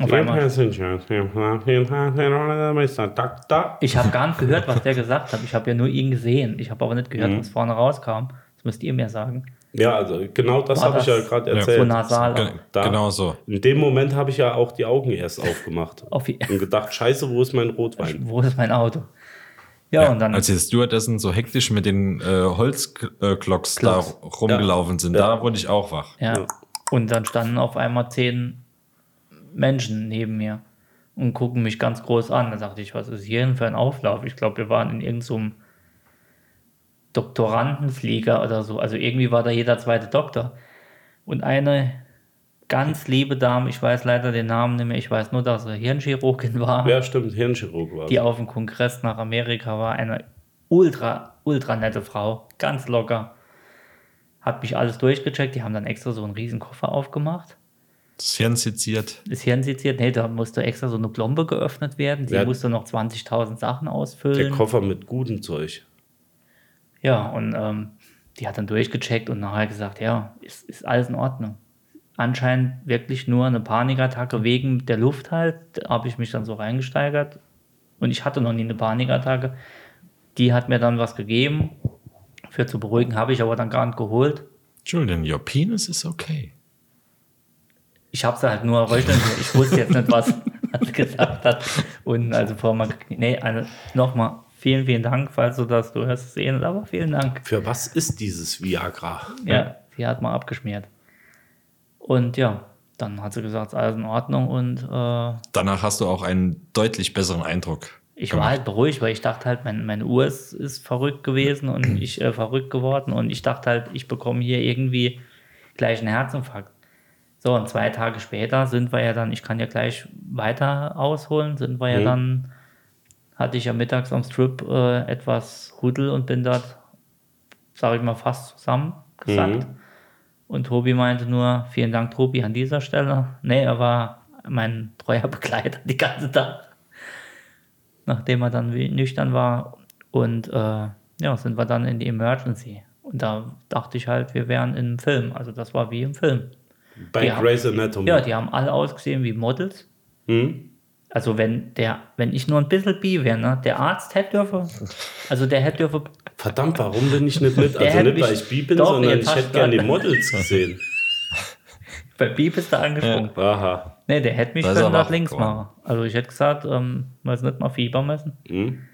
D: Auf
E: Dear
D: einmal,
E: passengers, you have been handed on Mr. Doctor.
D: ich habe gar nicht gehört, was der gesagt hat. Ich habe ja nur ihn gesehen. Ich habe aber nicht
E: Mhm.
D: gehört, was vorne rauskam. Das müsst ihr mir sagen.
E: Ja, also genau das
D: War
E: habe ich ja
D: das-
E: gerade
F: Ja,
E: erzählt.
D: So nasal.
F: Ge-
E: Da.
F: Genau so.
E: In dem Moment habe ich ja auch die Augen erst aufgemacht
D: Auf die-
E: und gedacht, scheiße, wo ist mein Rotwein?
D: Wo ist mein Auto? Ja,
F: Genau. Ja, also
D: und dann.
F: als die Stewardessen so hektisch mit den äh, Holzklocks da
D: Clocks.
F: rumgelaufen sind, da wurde ich auch wach.
D: Ja.
E: Ja.
D: Und dann standen auf einmal zehn Menschen neben mir und gucken mich ganz groß an. Da dachte ich, was ist hier denn für ein Auflauf? Ich glaube, wir waren in irgendeinem Doktorandenflieger oder so. Also irgendwie war da jeder zweite Doktor. Und eine ganz liebe Dame, ich weiß leider den Namen nicht mehr, ich weiß nur, dass sie Hirnchirurgin war
E: Ja, stimmt, Hirnchirurg war
D: die
E: es.
D: auf dem Kongress nach Amerika war, eine ultra, ultra nette Frau, ganz locker. Hat mich alles durchgecheckt, die haben dann extra so einen riesen Koffer aufgemacht.
F: Das Hirn seziert.
D: Ist hier insiziert, nee, da musste extra so eine Plombe geöffnet werden. Sie
E: Ja.
D: musste noch 20.000 Sachen
E: Der
D: ausfüllen.
E: Koffer mit gutem Zeug.
D: Ja, und ähm, die hat dann durchgecheckt und nachher gesagt, ja, ist, ist alles in Ordnung. Anscheinend wirklich nur eine Panikattacke wegen der Luft halt, Da habe ich mich dann so reingesteigert. Und ich hatte noch nie eine Panikattacke. Die hat mir dann was gegeben. Für zu beruhigen habe ich aber dann gar nicht geholt.
F: Julian, your penis is okay.
D: Ich habe es halt nur errötet. Ich wusste jetzt nicht, was er gesagt hat. Und also vor mal, nee, also nochmal, vielen, vielen Dank, falls du das, du hörst es eh nicht, aber vielen Dank.
E: Für was ist dieses Viagra?
D: Ja, sie hat mal abgeschmiert. Und ja, dann hat sie gesagt, ist alles in Ordnung und äh,
F: Danach hast du auch einen deutlich besseren Eindruck.
D: ich war
F: gemacht.
D: halt beruhigt, weil ich dachte halt, mein, meine Uhr ist, ist verrückt gewesen und ich äh, verrückt geworden und ich dachte halt, ich bekomme hier irgendwie gleich einen Herzinfarkt. So, und zwei Tage später sind wir ja dann, ich kann ja gleich weiter ausholen, sind wir ja dann, hatte ich ja mittags am Strip äh, etwas Hudel und bin dort, sage ich mal, fast zusammengesackt. Und Tobi meinte nur, vielen Dank, Tobi, an dieser Stelle. Nee, er war mein treuer Begleiter die ganze Tag. Nachdem er dann wie- nüchtern war. Und äh, ja, sind wir dann in die Emergency. Und da dachte ich halt, wir wären im Film. Also das war wie im Film.
E: Bei
D: Ja.
E: Grey's
F: Mhm.
E: Anatomy.
D: Ja, die haben alle ausgesehen wie Models. Also wenn der, wenn ich nur ein bisschen bi wäre, ne? der Arzt hätte dürfe, also der hätte dürfe,
E: Verdammt, warum bin ich nicht mit? Also
D: hätte
E: nicht, weil
D: mich-
E: ich bi bin,
D: Doch,
E: sondern
D: jetzt
E: ich
D: hast
E: hätte
D: du-
E: gerne die Models gesehen.
D: bei bi bist du angesprungen.
E: Aha.
D: Nee, der hätte mich
F: Da ist
D: können
F: er
D: nach
F: wach
D: links
F: geworden.
D: machen. Also ich hätte gesagt, ähm, weiß nicht mal Fieber messen.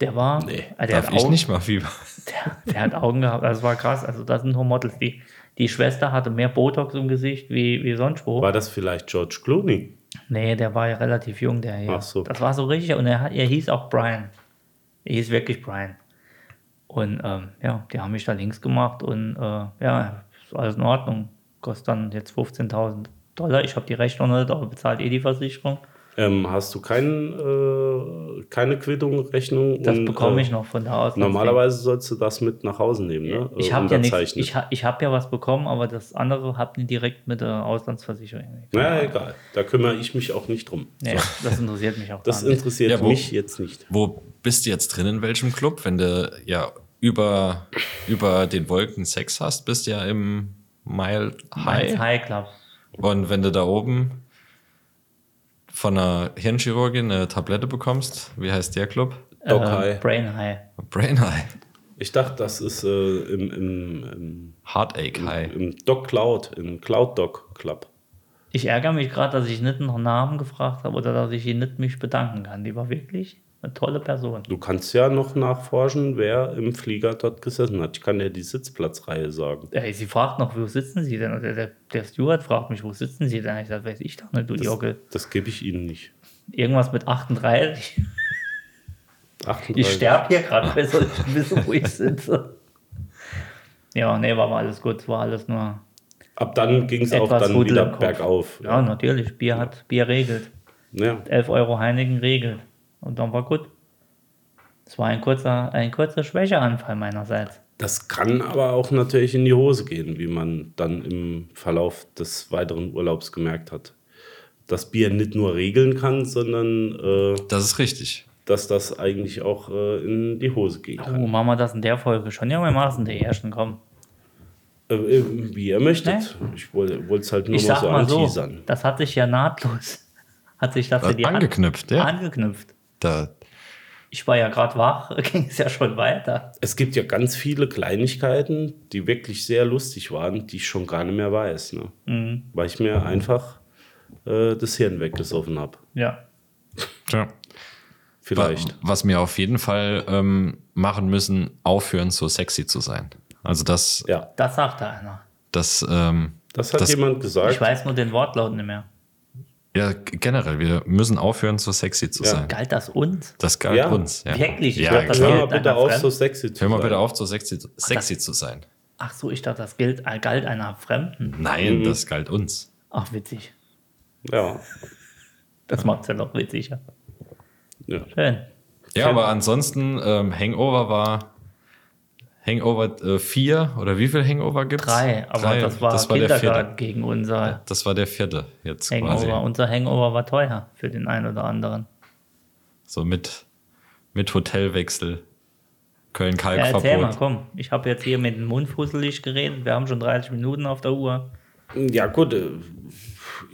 D: Der war, ah, der,
F: Mhm. Darf
D: hat
F: ich
D: Augen,
F: nicht mal Fieber?
D: der, der hat Augen gehabt, also das war krass. Also das sind nur Models. Die, die Schwester hatte mehr Botox im Gesicht wie, wie sonst wo.
E: War das vielleicht George Clooney?
D: Nee, der war ja relativ jung, der hier.
E: Ach so.
D: Das war so richtig. Und er, hat- er hieß auch Brian. Er hieß wirklich Brian. Und ähm, ja, die haben mich da links gemacht und äh, ja, ist alles in Ordnung. Kostet dann jetzt 15.000 Dollar. Ich habe die Rechnung nicht, aber bezahlt eh die Versicherung.
E: Ähm, hast du keinen, äh, keine Quittung, Rechnung?
D: Das
E: und,
D: bekomme
E: äh,
D: ich noch von da aus.
E: Normalerweise sollst du das mit nach Hause nehmen, ne?
D: Ich
E: Äh,
D: habe ja nichts.
E: unterzeichnet.
D: Ich, ha- ich habe ja was bekommen, aber das andere habt ihr direkt mit der Auslandsversicherung.
E: Na, egal. Da kümmere ich mich auch nicht drum.
D: Nee, das interessiert mich auch
E: Das
D: gar nicht.
E: interessiert
F: Ja, wo-
E: mich jetzt nicht.
F: Wo bist du jetzt drin? In welchem Club? Wenn du ja über, über den Wolken Sex hast, bist du ja im Mile High.
D: High, High Club.
F: Und wenn du da oben von einer Hirnchirurgin eine Tablette bekommst, wie heißt der Club?
E: Doc
D: Äh,
E: High.
D: Brain High.
F: Brain High.
E: Ich dachte, das ist äh, im, im, im,
F: Heartache High.
E: im Doc Cloud, im Cloud Doc Club.
D: Ich ärgere mich gerade, dass ich nicht nach Namen gefragt habe oder dass ich ihn nicht mich bedanken kann. Die war wirklich eine tolle Person.
E: Du kannst ja noch nachforschen, wer im Flieger dort gesessen hat. Ich kann dir die Sitzplatzreihe sagen.
D: Ey, sie fragt noch, wo sitzen Sie denn? Und der, der, der Steward fragt mich, wo sitzen Sie denn? Ich sage, weiß ich doch nicht, du
E: Das,
D: Jockel.
E: das gebe ich Ihnen nicht.
D: Irgendwas mit 38.
E: 38.
D: Ich sterbe hier gerade, weil soll ich wissen, wo ich sitze. Ja, nee, war mal alles gut, war alles nur
E: Ab dann ging es auch
D: etwas
E: dann
D: Hudel
E: wieder
D: im Kopf.
E: bergauf.
D: Ja, natürlich, Bier hat, Bier regelt.
E: Ja.
D: 11 Euro Heineken regelt. Und dann war gut. Es war ein kurzer, ein kurzer Schwächeanfall meinerseits.
E: Das kann aber auch natürlich in die Hose gehen, wie man dann im Verlauf des weiteren Urlaubs gemerkt hat. Dass Bier nicht nur regeln kann, sondern äh,
F: Das ist richtig.
E: dass das eigentlich auch äh, in die Hose gehen kann.
D: Oh, machen wir das in der Folge schon? Ja, wir machen es in der ersten, komm.
E: Äh, äh, wie ihr möchtet. Ich wollte es halt nur
D: Oh. Ich
E: mal
D: sag
E: so
D: mal so,
E: anteasern.
D: das hat sich ja nahtlos, hat sich das
F: Äh,
D: in die Hand-
F: angeknüpft, ja.
D: Angeknüpft.
F: Da,
D: Ich war ja gerade wach, ging es ja schon weiter.
E: Es gibt ja ganz viele Kleinigkeiten, die wirklich sehr lustig waren, die ich schon gar nicht mehr weiß. Ne?
D: Mhm.
E: Weil ich mir einfach äh, das Hirn weggesoffen habe.
D: Ja.
F: tja.
E: Vielleicht.
F: Wa- Was wir auf jeden Fall ähm, machen müssen, aufhören, so sexy zu sein. Also das,
E: Ja,
D: Das sagte einer.
F: das, ähm,
E: das hat
F: das-
E: jemand gesagt.
D: Ich weiß nur den Wortlaut nicht mehr.
F: ja, g- generell, wir müssen aufhören, so sexy zu
E: Ja.
F: sein.
D: Galt das uns?
F: Das galt
E: Ja.
F: uns. Ja.
D: Wirklich? Ich
F: Ja,
D: glaub, das
E: Hör
F: klar.
E: mal
D: Geld
E: bitte
D: einer
E: auf,
D: fremd-
E: so sexy zu
F: Hör mal
E: sein.
F: bitte auf, so sexy, sexy zu sein.
D: Ach so, ich dachte, das gilt, äh, galt einer Fremden.
F: Nein, das galt uns.
D: Ach, witzig.
E: Ja.
D: Das macht es ja noch witziger.
E: ja.
D: Schön.
F: Ja, aber ansonsten, ähm, Hangover war Hangover äh, 4 oder wie viel Hangover gibt's?
D: Drei, aber
F: Drei.
D: das war,
F: der
D: Kindergarten
F: vierte.
D: gegen unser
F: Das war der vierte jetzt
D: Hangover.
F: quasi.
D: Unser Hangover war teuer für den einen oder anderen.
F: So mit, mit Hotelwechsel.
D: Ja, erzähl Äh, mal,
F: Köln-Kalk-Verbot.
D: komm. Ich habe jetzt hier mit dem Mund fusselig geredet. Wir haben schon 30 Minuten auf der Uhr.
E: Ja, gut, äh,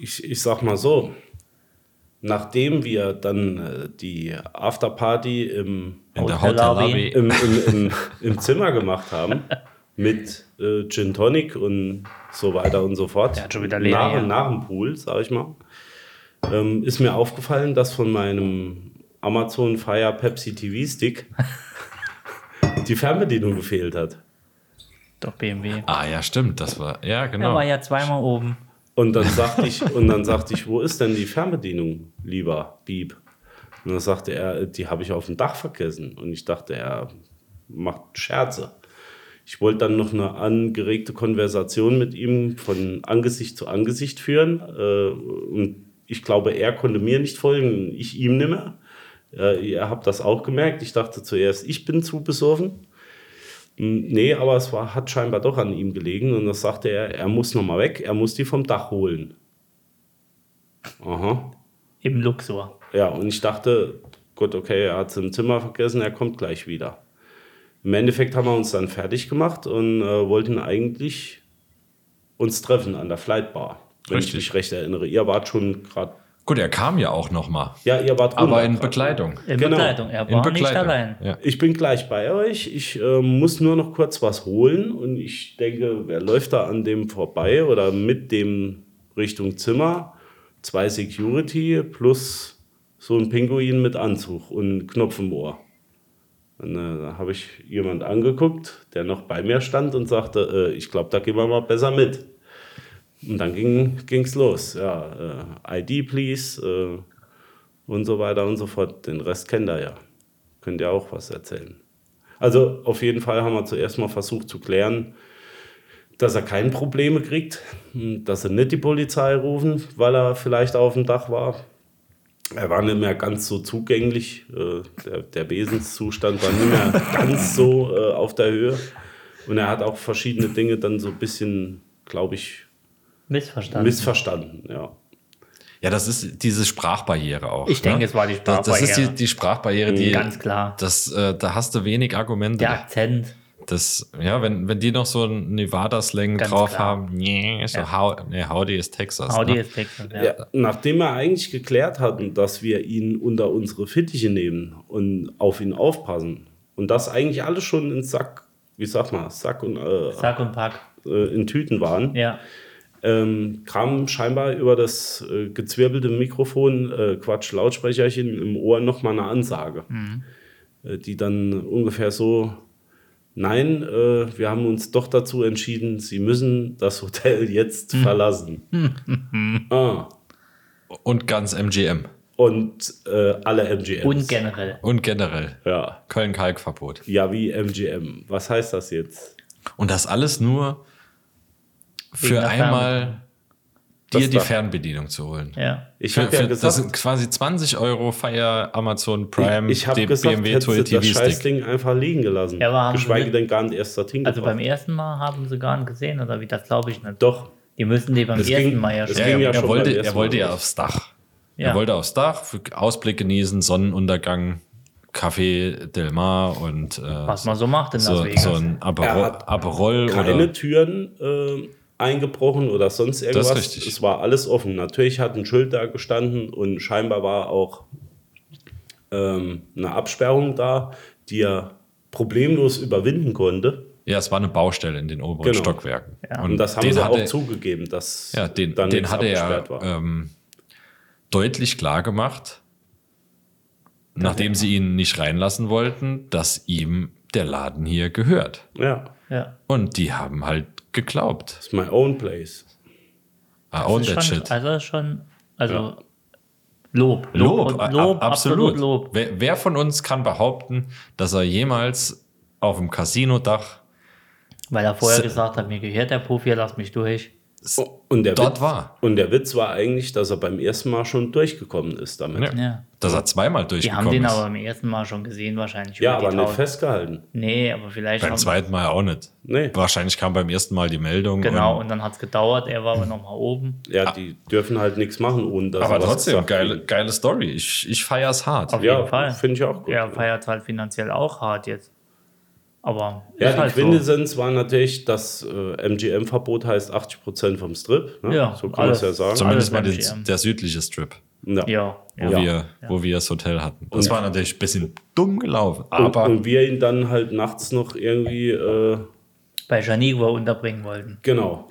E: ich, ich sag mal so. Nachdem wir dann äh, die Afterparty im,
F: in der
D: Hotel-Lobby.
F: Hotellobby.
E: im, im, im, im Zimmer gemacht haben, mit äh, Gin Tonic und so weiter und so fort.
D: Der hat schon wieder leer,
E: nach,
D: ja.
E: nach dem Pool, sag ich mal. Ähm, ist mir aufgefallen, dass von meinem Amazon Fire Pepsi TV Stick die Fernbedienung gefehlt hat.
D: Doch BMW.
F: Ah, ja, stimmt. Das war. Ja,
D: Er
F: genau.
D: war ja zweimal oben.
E: Und dann sagte ich, und dann sagte ich, wo ist denn die Fernbedienung, lieber Bieb? Und dann sagte er, die habe ich auf dem Dach vergessen. Und ich dachte, er macht Scherze. Ich wollte dann noch eine angeregte Konversation mit ihm von Angesicht zu Angesicht führen. Äh, und ich glaube, er konnte mir nicht folgen, ich ihm nimmer. Äh, ihr habt das auch gemerkt. Ich dachte zuerst, ich bin zu besoffen. Mm, Nee, aber es war, hat scheinbar doch an ihm gelegen. Und das sagte er, er muss nochmal weg, er muss die vom Dach holen. Aha.
D: Im Luxor.
E: Ja, und ich dachte, gut, okay, er hat es im Zimmer vergessen, er kommt gleich wieder. Im Endeffekt haben wir uns dann fertig gemacht und äh, wollten eigentlich uns treffen an der Flightbar. Wenn
F: Richtig.
E: ich mich recht erinnere. Ihr wart schon gerade.
F: Gut, er kam ja auch nochmal.
E: Ja, ihr wart
F: Aber in
E: grad.
F: Begleitung.
D: In
E: Genau.
D: Begleitung. Er
F: In
D: war nicht
F: Begleitung.
D: allein.
F: Ja.
E: Ich bin gleich bei euch. Ich äh, muss nur noch kurz was holen und ich denke, wer läuft da an dem vorbei oder mit dem Richtung Zimmer? Zwei Security plus so ein Pinguin mit Anzug und Knopf im Ohr. Und, äh, da habe ich jemand angeguckt, der noch bei mir stand und sagte, äh, ich glaube, da gehen wir mal besser mit. Und dann ging ging's los. Ja, äh, ID please äh, und so weiter und so fort. Den Rest kennt ihr ja könnt ihr auch was erzählen. Also auf jeden Fall haben wir zuerst mal versucht zu klären, dass er keine Probleme kriegt, dass sie nicht die Polizei rufen, weil er vielleicht auf dem Dach war. Er war nicht mehr ganz so zugänglich, äh, der, der Wesenszustand war nicht mehr ganz so äh, auf der Höhe. Und er hat auch verschiedene Dinge dann so ein bisschen, glaube ich,
D: Missverstanden.
E: missverstanden. Ja.
F: Ja, das ist diese Sprachbarriere auch.
D: Ich denke,
F: ne?
D: es war die
F: Das, das ist die,
D: Sprachbarriere. Mhm,
F: die Sprachbarriere, die.
D: Ganz klar.
F: Das, äh, da hast du wenig Argumente.
D: Der Akzent.
F: Das, ja, wenn, wenn die noch so einen Nevada-Slang
D: Ganz
F: drauf
D: klar.
F: haben, nee, so hau, nee, Howdy ist Texas.
D: Audi
F: ne?
D: ist Texas. Ja.
E: Ja, nachdem wir eigentlich geklärt hatten, dass wir ihn unter unsere Fittiche nehmen und auf ihn aufpassen und das eigentlich alles schon in Sack, wie sag mal, Sack und äh,
D: Sack und Pack.
E: äh, in Tüten waren,
D: Ja.
E: ähm, kam scheinbar über das äh, gezwirbelte Mikrofon, äh, Quatsch, Lautsprecherchen im Ohr nochmal eine Ansage,
D: Mhm.
E: äh, die dann ungefähr so, nein, äh, wir haben uns doch dazu entschieden, Sie müssen das Hotel jetzt
D: Mhm.
E: verlassen. ah.
F: Und ganz MGM.
E: und äh, alle MGMs.
D: Und generell.
F: Und generell.
E: ja.
F: Köln-Kalk-Verbot.
E: ja, wie MGM. Was heißt das jetzt?
F: Und das alles nur
D: Wegen
F: für
D: der
F: einmal dir
E: Das
F: die
E: da-
F: Fernbedienung zu holen.
D: Ja.
E: Ich
F: Für-
E: habe ja
F: für- das
E: gesagt,
F: sind quasi 20 Euro Fire Amazon Prime
E: ich habe
F: D-
E: gesagt,
F: BMW
E: hättest
F: Toy
E: du das
F: TV Stick.
E: Scheißding einfach liegen gelassen.
D: Ja, aber haben
E: Geschweige
D: sie-
E: denn gar nicht erst dorthin
D: Also beim
E: gebracht.
D: ersten Mal haben sie gar nicht gesehen, oder wie? Das glaube ich nicht.
E: Doch,
D: Die müssen die beim
E: Es
D: ersten
E: ging-
D: Mal ja
E: es
D: schon.
F: Ja,
E: ging
F: er,
E: ja
F: er
E: schon beim
F: wollte,
E: ersten
F: er wollte
E: Mal
F: ja
E: los.
F: aufs Dach.
D: Ja.
F: Er wollte aufs Dach, für Ausblick genießen, Sonnenuntergang, Café Del Mar und äh,
D: Was man so macht in Las
F: so,
D: Vegas.
F: so ein
E: Er
F: Aperol,
E: hat
F: Aperol
E: keine
F: oder
E: Türen ähm, eingebrochen oder sonst irgendwas.
F: richtig.
E: Es war alles offen. Natürlich hat ein Schild da gestanden und scheinbar war auch ähm, eine Absperrung da, die er problemlos überwinden konnte.
F: ja, es war eine Baustelle in den oberen
E: Genau.
F: Stockwerken.
E: Und das haben sie
F: hat
E: auch
F: er-
E: zugegeben, dass
F: Ja, den,
E: dann
F: den
E: nichts
F: hat er ja
E: abgesperrt war.
F: ähm, deutlich klar gemacht, nachdem sie ihn nicht reinlassen wollten, dass ihm der Laden hier gehört.
E: Ja,
D: ja.
F: Und die haben halt geglaubt.
E: it's my own place.
F: I own
D: Ist
F: that
D: schon,
F: shit.
D: also schon, also Lob.
F: Lob,
D: und-
F: a-
D: Lob,
F: absolut.
D: Lob.
F: Wer, wer von uns kann behaupten, dass er jemals auf dem Casinodach
D: Weil er vorher
F: Se-
D: gesagt hat, mir gehört der Puff hier, lass mich durch.
E: Und der,
F: Dort
E: Witz,
F: war.
E: und der Witz war eigentlich, dass er beim ersten Mal schon durchgekommen ist damit.
F: Ja.
D: Ja.
F: ne, dass er zweimal
D: Die haben den
F: durchgekommen
D: aber
F: ist?
D: beim ersten Mal schon gesehen wahrscheinlich.
E: Ja,
D: über
E: aber
D: die
E: nicht
D: Tausend.
E: festgehalten.
D: Nee, aber vielleicht
F: Beim
D: haben-
F: zweiten Mal auch nicht.
E: Nee.
F: Wahrscheinlich kam beim ersten Mal die Meldung.
D: Genau,
F: und-
D: und dann hat es gedauert, er war aber nochmal oben.
E: Ja, die dürfen halt nichts machen, ohne dass
F: aber
E: sie was
F: trotzdem,
E: gesagt
F: geile,
E: kriegen.
F: geile Story. Ich, ich feier's hart.
D: Auf
E: Ja,
D: jeden Fall.
E: finde ich auch gut,
D: Er
E: ja.
D: feiert halt finanziell auch hart jetzt. Aber
E: Ja,
D: ist
E: die
D: halt so.
E: Quintessenz war natürlich, das äh, MGM-Verbot heißt 80% vom Strip. Ne?
D: Ja,
E: so kann man es ja
D: alles.
E: sagen.
F: Zumindest
D: Alles
F: mal
D: MGM.
F: den, der südliche Strip,
E: ja.
D: Ja,
F: wo,
D: ja.
F: wir, wo wir das Hotel hatten. Das war natürlich ein bisschen dumm gelaufen,
E: Und,
F: aber
E: und wir ihn dann halt nachts noch irgendwie äh,
D: bei Janigua unterbringen wollten.
E: Genau.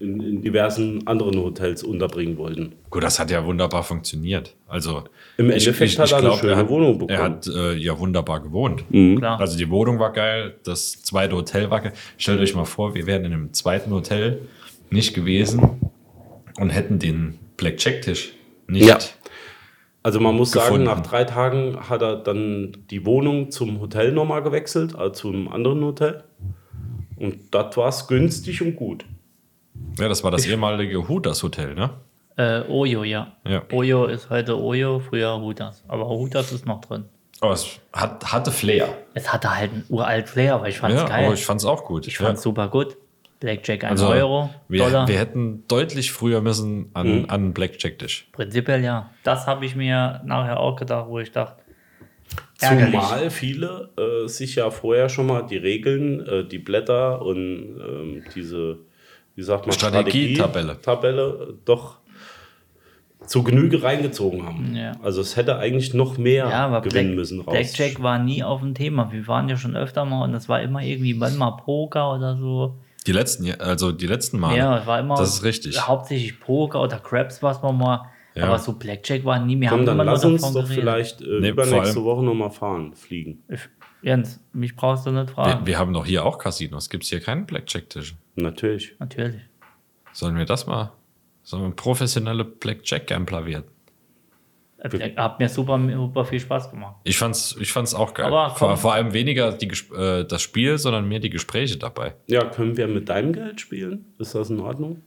E: In, in diversen anderen Hotels unterbringen wollten.
F: Gut, das hat ja wunderbar funktioniert. Also
E: Im Endeffekt hat er eine schöne
F: er hat,
E: Wohnung bekommen. Mhm.
F: Er hat äh, ja wunderbar gewohnt.
D: Klar.
F: Also die Wohnung war geil, das zweite Hotel war geil. Stellt euch mal vor, wir wären in dem zweiten Hotel nicht gewesen und hätten den Blackjack-Tisch nicht.
E: Ja. Also man muss sagen,
F: gefunden.
E: nach drei Tagen hat er dann die Wohnung zum Hotel nochmal gewechselt, also zu einem anderen Hotel. Und das war es günstig und gut.
F: Ja, das war das ehemalige Hudas Hotel, ne?
D: Äh, Ojo, ja.
F: Ja.
D: Ojo ist heute Ojo, früher Hutas. Aber Hutas ist noch drin.
F: Aber es hat, hatte Flair.
D: Es hatte halt einen uralt Flair, aber ich fand's
F: Ja,
D: geil.
F: aber ich fand's auch gut.
D: Ich fand's super gut. Blackjack 1
F: Also,
D: Euro,
F: wir,
D: Dollar.
F: wir hätten deutlich früher müssen an,
E: Mhm.
F: an einen Blackjack-Tisch.
D: Prinzipiell ja. Das habe ich mir nachher auch gedacht, wo ich dachte, ärgerlich.
E: Zumal viele äh, sich ja vorher schon mal die Regeln, äh, die Blätter und ähm, diese, wie sagt man,
F: Strategietabelle.
E: Tabelle äh, doch zu Genüge reingezogen haben.
D: Ja.
E: Also es hätte eigentlich noch mehr
D: Ja, aber
E: gewinnen
D: Black,
E: müssen raus.
D: Blackjack war nie auf dem Thema. Wir waren ja schon öfter mal und das war immer irgendwie, wann mal Poker oder so.
F: Die letzten, Ja- also die letzten Male.
D: Ja, es war immer
F: Das ist richtig.
D: hauptsächlich Poker oder Craps, was man mal.
F: Ja.
D: Aber so Blackjack war nie. Wir
E: Komm,
D: haben
E: dann
D: immer
E: lass
D: nur
E: uns
D: davon
E: doch
D: geredet.
E: vielleicht äh,
F: Nee, vor
E: übernächste
F: allem-
E: Woche nochmal fahren, fliegen.
D: Ich, Jens, mich brauchst du nicht fragen.
F: Wir, wir haben doch hier auch Casinos. Gibt es hier keinen Blackjack-Tisch?
E: Natürlich.
D: Natürlich.
F: Sollen wir das mal? Sollen wir professionelle Blackjack-Gambler werden?
D: Äh, Black, hat mir super, super viel Spaß gemacht.
F: Ich fand's, ich fand's auch geil.
D: Aber komm.
F: vor, vor allem weniger die, Ges- äh, das Spiel, sondern mehr die Gespräche dabei.
E: Ja, können wir mit deinem Geld spielen? Ist das in Ordnung?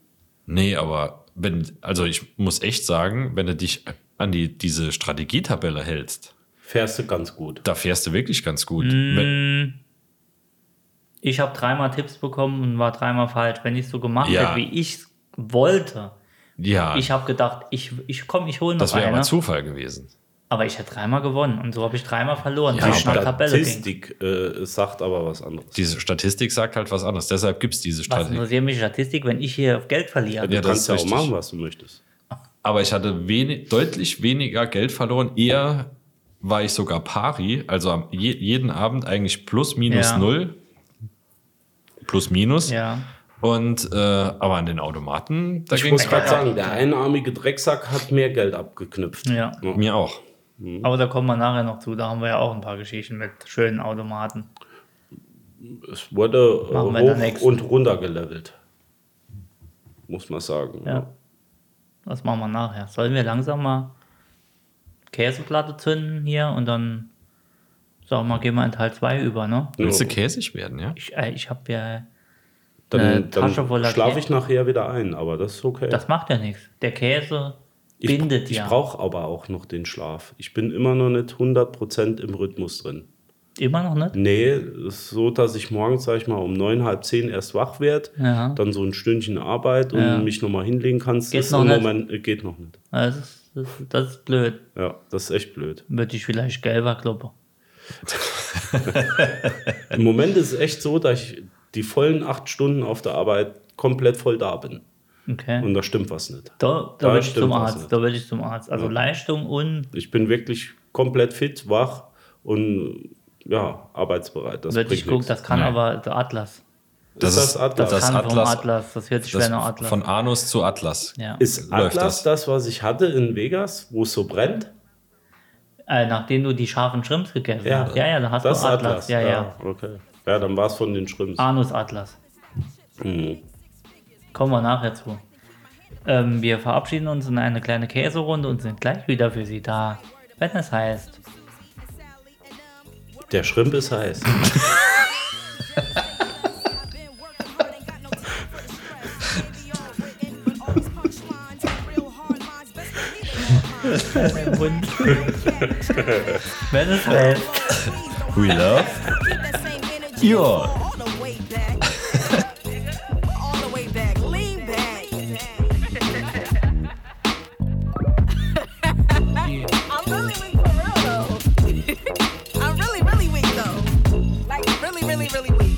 F: Nee, aber wenn, also ich muss echt sagen, wenn du dich an die, diese Strategietabelle hältst,
E: Fährst du ganz gut.
F: da fährst du wirklich ganz gut.
D: Mm.
F: Wenn,
D: Ich habe dreimal Tipps bekommen und war dreimal falsch. Wenn ich so gemacht
F: Ja.
D: hätte, wie ich wollte,
F: ja,
D: ich habe gedacht, ich, ich komm, ich hole noch
F: das wäre
D: eine.
F: aber Zufall gewesen.
D: aber ich hätte dreimal gewonnen und so habe ich dreimal verloren,
F: Ja,
D: weil
F: aber
D: ich nach Tabelle ging.
E: Statistik äh, sagt aber was anderes.
F: Diese Statistik sagt halt was anderes. Deshalb gibt's diese
D: Was
F: Strategie.
D: interessiert mich Statistik, wenn ich hier auf Geld verliere?
E: Du
F: Ja, das
E: kannst
F: ist
E: ja auch
F: richtig.
E: machen, was du möchtest.
F: Aber ich hatte wenig, deutlich weniger Geld verloren. Eher war ich sogar pari, also am, je, jeden Abend eigentlich plus minus
D: Ja.
F: null. Plus minus.
D: Ja.
F: Und äh, aber an den Automaten, da
E: Ich
F: ging
E: muss
F: es
E: gerade sagen, der einarmige Drecksack hat mehr Geld abgeknüpft.
D: Ja.
F: mir auch. Mhm.
D: Aber da kommen wir nachher noch zu. Da haben wir ja auch ein paar Geschichten mit schönen Automaten.
E: Es wurde äh,
D: Machen wir in der
E: hoch
D: nächsten.
E: und runter gelevelt. Muss man sagen.
D: Ja. Das machen wir nachher. Sollen wir langsam mal Käseplatte zünden hier und dann, sag mal, gehen wir in Teil 2 über, ne?
F: Willst du käsig werden, ja?
D: Ich, äh, ich habe ja, Eine
E: Dann, dann
D: Tasche voller
E: schlafe
D: Geld.
E: ich nachher wieder ein, aber das ist okay.
D: das macht ja nichts. Der Käse
E: ich
D: bindet
E: ich
D: ja.
E: brauche aber auch noch den Schlaf. Ich bin immer noch nicht 100% im Rhythmus drin.
D: Immer noch nicht?
E: Nee, es ist so, dass ich morgens, sag ich mal, um neun, halb zehn erst wach werde,
D: Ja.
E: dann so ein Stündchen Arbeit und
D: Ja.
E: mich nochmal hinlegen kannst.
D: Geht
E: ist
D: noch
E: im
D: nicht?
E: Moment, äh, geht noch nicht.
D: Das ist, das, ist- das ist blöd.
E: Ja, das ist echt blöd.
D: Würde ich vielleicht gelber kloppen. Ähm.
E: Im Moment ist es echt so, dass ich die vollen acht Stunden auf der Arbeit komplett voll da bin.
D: Okay.
E: Und da stimmt was nicht.
D: da
E: da
D: da würde ich
E: stimmt
D: zum
E: was
D: Arzt.
E: nicht.
D: Da würde ich zum Arzt. Also Leistung und
E: Ich bin wirklich komplett fit, wach und ja, arbeitsbereit. Das
D: würde ich
E: bringt
D: gucken,
E: nichts.
D: das kann
F: Nee.
D: aber der Atlas.
E: Das ist das Atlas.
D: Das,
F: Das
D: kann
F: Atlas-
D: vom Atlas. Das hört sich
F: Das
D: schwer nach Atlas.
F: Von Anus zu Atlas.
D: ja.
E: Ist
F: läuft
E: Atlas das?
F: das.
E: was ich hatte in Vegas, wo es so brennt?
D: äh, nachdem du die scharfen Shrimps gegessen
E: Ja.
D: hast. Ja, ja, da hast du
E: Das
D: Atlas.
E: ist Atlas. Ah,
D: Ja, Ah, ja.
E: Okay. Ja, dann war es von den Schrimps.
D: Anus-Atlas.
E: Mhm.
D: Kommen wir nachher zu. Ähm, wir verabschieden uns in eine kleine Käserunde und sind gleich wieder für Sie da. Wenn es heißt,
E: Der Schrimp ist heiß.
D: wenn es heißt,
F: We love your
C: All the way back, lean back.
B: I'm really weak for real though. I'm really, really weak though. Like really, really, really weak.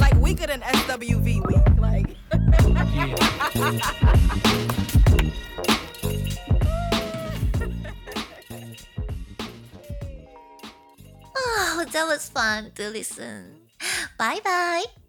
B: Like weaker than SWV weak. Like
A: Oh, that was fun to listen. Bye bye.